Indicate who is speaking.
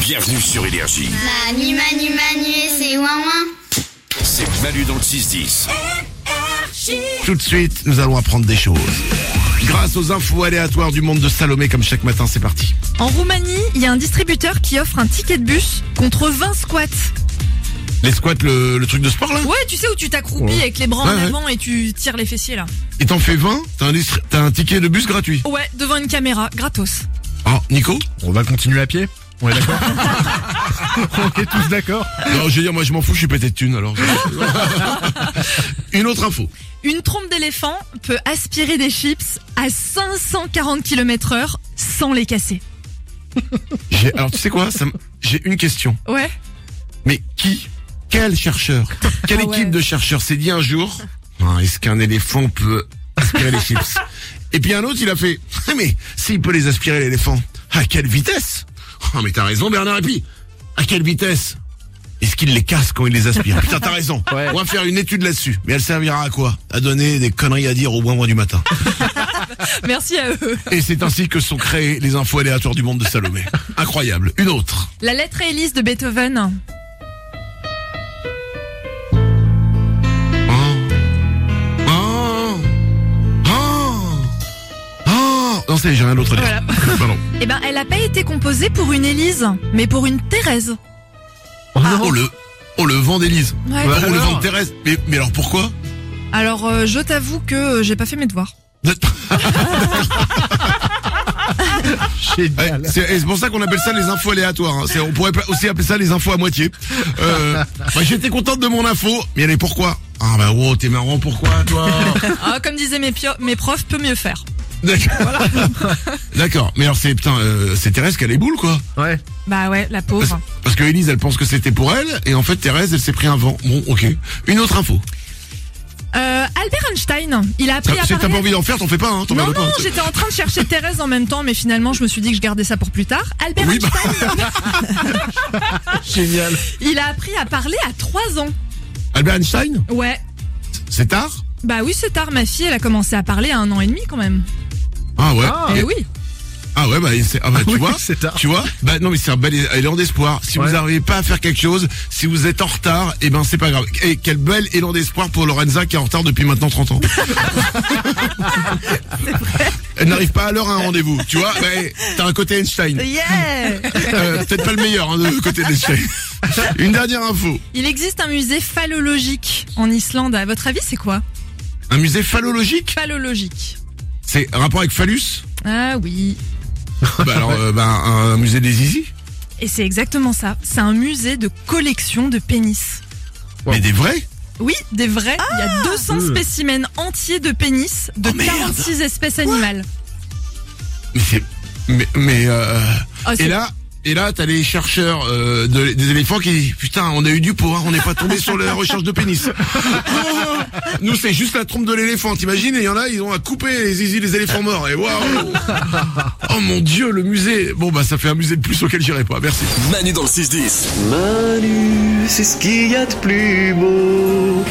Speaker 1: Bienvenue sur Énergie.
Speaker 2: Manu, Manu, Manu et c'est ouin ouin.
Speaker 1: C'est Manu dans le 6-10.
Speaker 3: Tout de suite, nous allons apprendre des choses. Grâce aux infos aléatoires du monde de Salomé, comme chaque matin, c'est parti.
Speaker 4: En Roumanie, il y a un distributeur qui offre un ticket de bus contre 20 squats.
Speaker 3: Les squats, le, le truc de sport là
Speaker 4: Ouais, tu sais où tu t'accroupis
Speaker 3: Ouais.
Speaker 4: avec les bras en
Speaker 3: Ouais, ouais.
Speaker 4: avant et tu tires les fessiers là.
Speaker 3: Et t'en fais 20, t'as un, list- t'as un ticket de bus gratuit.
Speaker 4: Ouais, devant une caméra, gratos.
Speaker 3: Ah, Nico
Speaker 5: On va continuer à pied On est d'accord On est tous d'accord
Speaker 3: Non, je veux dire, moi je m'en fous, je suis pété de thunes alors. Une autre info.
Speaker 4: Une trompe d'éléphant peut aspirer des chips à 540 km heure sans les casser.
Speaker 3: J'ai- Alors tu sais quoi ça m- J'ai une question.
Speaker 4: Ouais.
Speaker 3: Mais qui Quel chercheur Quelle
Speaker 4: Ah ouais.
Speaker 3: équipe de chercheurs s'est dit un jour Ah, Est-ce qu'un éléphant peut aspirer les chips Et puis un autre, il a fait Ah, Mais s'il peut les aspirer l'éléphant, à quelle vitesse Ah Mais t'as raison Bernard Et puis, à quelle vitesse est-ce qu'il les casse quand il les aspire Putain, t'as raison.
Speaker 5: Ouais.
Speaker 3: On va faire une étude là-dessus. Mais elle servira à quoi À donner des conneries à dire au moins du matin.
Speaker 4: Merci à eux.
Speaker 3: Et c'est ainsi que sont créées les infos aléatoires du monde de Salomé. Incroyable. Une autre.
Speaker 4: La lettre à Élise de Beethoven.
Speaker 3: Oh. Oh. Oh. Non, c'est, j'ai rien d'autre à dire.
Speaker 4: Voilà.
Speaker 3: Pardon.
Speaker 4: Eh ben, elle n'a pas été composée pour une Élise, mais pour une Thérèse.
Speaker 5: Oh non.
Speaker 3: Oh, le, oh, le vent d'Élise.
Speaker 4: Ouais.
Speaker 3: Oh, le
Speaker 5: alors
Speaker 3: vent de Thérèse. Mais, mais alors pourquoi
Speaker 4: Alors, euh, je t'avoue que euh, j'ai pas fait mes devoirs.
Speaker 3: Ouais,
Speaker 5: Génial
Speaker 3: c'est, et c'est pour ça qu'on appelle ça les infos aléatoires. hein. C'est- on pourrait pas- aussi appeler ça les infos à moitié. Euh, bah, j'étais contente de mon info, mais elle est pourquoi Ah bah wow, t'es marrant, pourquoi toi
Speaker 4: Ah, comme disaient mes, pio- mes profs, peut mieux faire.
Speaker 3: D'accord. D'accord. Mais alors c'est putain, euh, c'est Thérèse qui a les boules quoi.
Speaker 5: Ouais
Speaker 4: Bah ouais, la pauvre.
Speaker 3: Parce que Élise, elle pense que c'était pour elle, et en fait Thérèse, elle s'est pris un vent. Bon, ok. Une autre info.
Speaker 4: Euh, Albert Einstein, il a
Speaker 3: Ça,
Speaker 4: appris à
Speaker 3: si t'as pas
Speaker 4: parler.
Speaker 3: envie d'en faire, t'en fais pas, hein. t'en
Speaker 4: Non,
Speaker 3: gardes
Speaker 4: non,
Speaker 3: pas.
Speaker 4: j'étais en train de chercher Thérèse en même temps, mais finalement, je me suis dit que je gardais ça pour plus tard. Albert
Speaker 3: Oui, bah.
Speaker 4: Einstein,
Speaker 5: Génial
Speaker 4: il a appris à parler à 3 ans.
Speaker 3: Albert Einstein,
Speaker 4: Ouais.
Speaker 3: c'est tard
Speaker 4: Bah oui, c'est tard, ma fille, elle a commencé à parler à un an et demi quand même.
Speaker 3: Ah ouais.
Speaker 5: Ah.
Speaker 4: Eh
Speaker 3: Et-
Speaker 4: oui.
Speaker 3: ah ouais, bah, c'est, ah bah tu
Speaker 5: Oui,
Speaker 3: vois,
Speaker 5: c'est tard.
Speaker 3: tu vois, bah non mais c'est un bel é- élan d'espoir. Si
Speaker 5: Ouais.
Speaker 3: vous n'arrivez pas à faire quelque chose, si vous êtes en retard, eh ben c'est pas grave. Et quel bel élan d'espoir pour Lorenza qui est en retard depuis maintenant 30 ans. Elle n'arrive pas à l'heure à un rendez-vous, tu vois. Bah, eh, t'as un côté Einstein,
Speaker 4: Yeah
Speaker 3: Euh, peut-être pas le meilleur hein, de côté d'Einstein. Une dernière info.
Speaker 4: Il existe un musée phallologique en Islande. À votre avis, c'est quoi
Speaker 3: Un musée phallologique
Speaker 4: Phallologique.
Speaker 3: C'est un rapport avec phallus
Speaker 4: Ah oui.
Speaker 3: Bah alors, euh, bah, un musée des zizi
Speaker 4: Et c'est exactement ça. C'est un musée de collection de pénis.
Speaker 5: Wow.
Speaker 3: Mais des vrais
Speaker 4: Oui, des vrais. Il y a 200
Speaker 5: Euh.
Speaker 4: spécimens entiers de pénis de
Speaker 3: Ah. Mmh. Oh, merde.
Speaker 4: 46 espèces animales.
Speaker 3: Mais c'est... Mais... mais euh...
Speaker 4: Oh,
Speaker 3: Et
Speaker 4: c'est-
Speaker 3: là... Et là, t'as les chercheurs euh, de- des éléphants qui disent Putain, on a eu du pot, hein, on n'est pas tombé sur la recherche de pénis. Nous, c'est juste la trompe de l'éléphant, t'imagines Et il y en a, ils ont à couper les zizi des éléphants morts. Et waouh Oh mon dieu, le musée Bon, bah ça fait un musée de plus auquel j'irai pas, merci.
Speaker 1: Manu dans le 6-10.
Speaker 6: Manu, c'est ce qu'il y a de plus beau.